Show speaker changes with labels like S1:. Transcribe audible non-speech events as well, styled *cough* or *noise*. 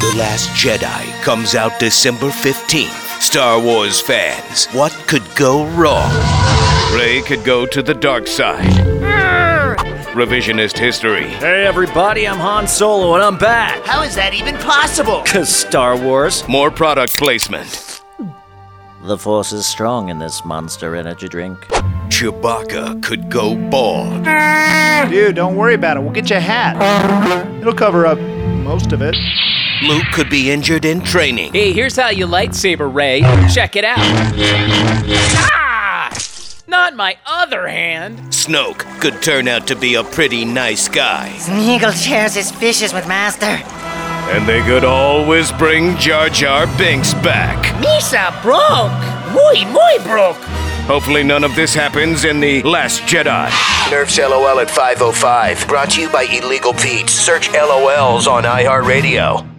S1: The Last Jedi comes out December 15th. Star Wars fans, what could go wrong? Rey could go to the dark side. Revisionist history.
S2: Hey everybody, I'm Han Solo and I'm back.
S3: How is that even possible?
S2: *laughs* Cause Star Wars.
S1: More product placement.
S4: The force is strong in this monster energy drink.
S1: Chewbacca could go bald.
S5: Dude, don't worry about it. We'll get you a hat. It'll cover up most of it.
S1: Luke could be injured in training.
S6: Hey, here's how you lightsaber Ray. Check it out. Ah! Not my other hand.
S1: Snoke could turn out to be a pretty nice guy.
S3: Smeagol shares his fishes with Master.
S1: And they could always bring Jar Jar Binks back.
S3: Misa broke. Muy, muy broke.
S1: Hopefully, none of this happens in The Last Jedi.
S7: Nerfs oh LOL at 505. Brought to you by Illegal Pete. Search LOLs on iHeartRadio.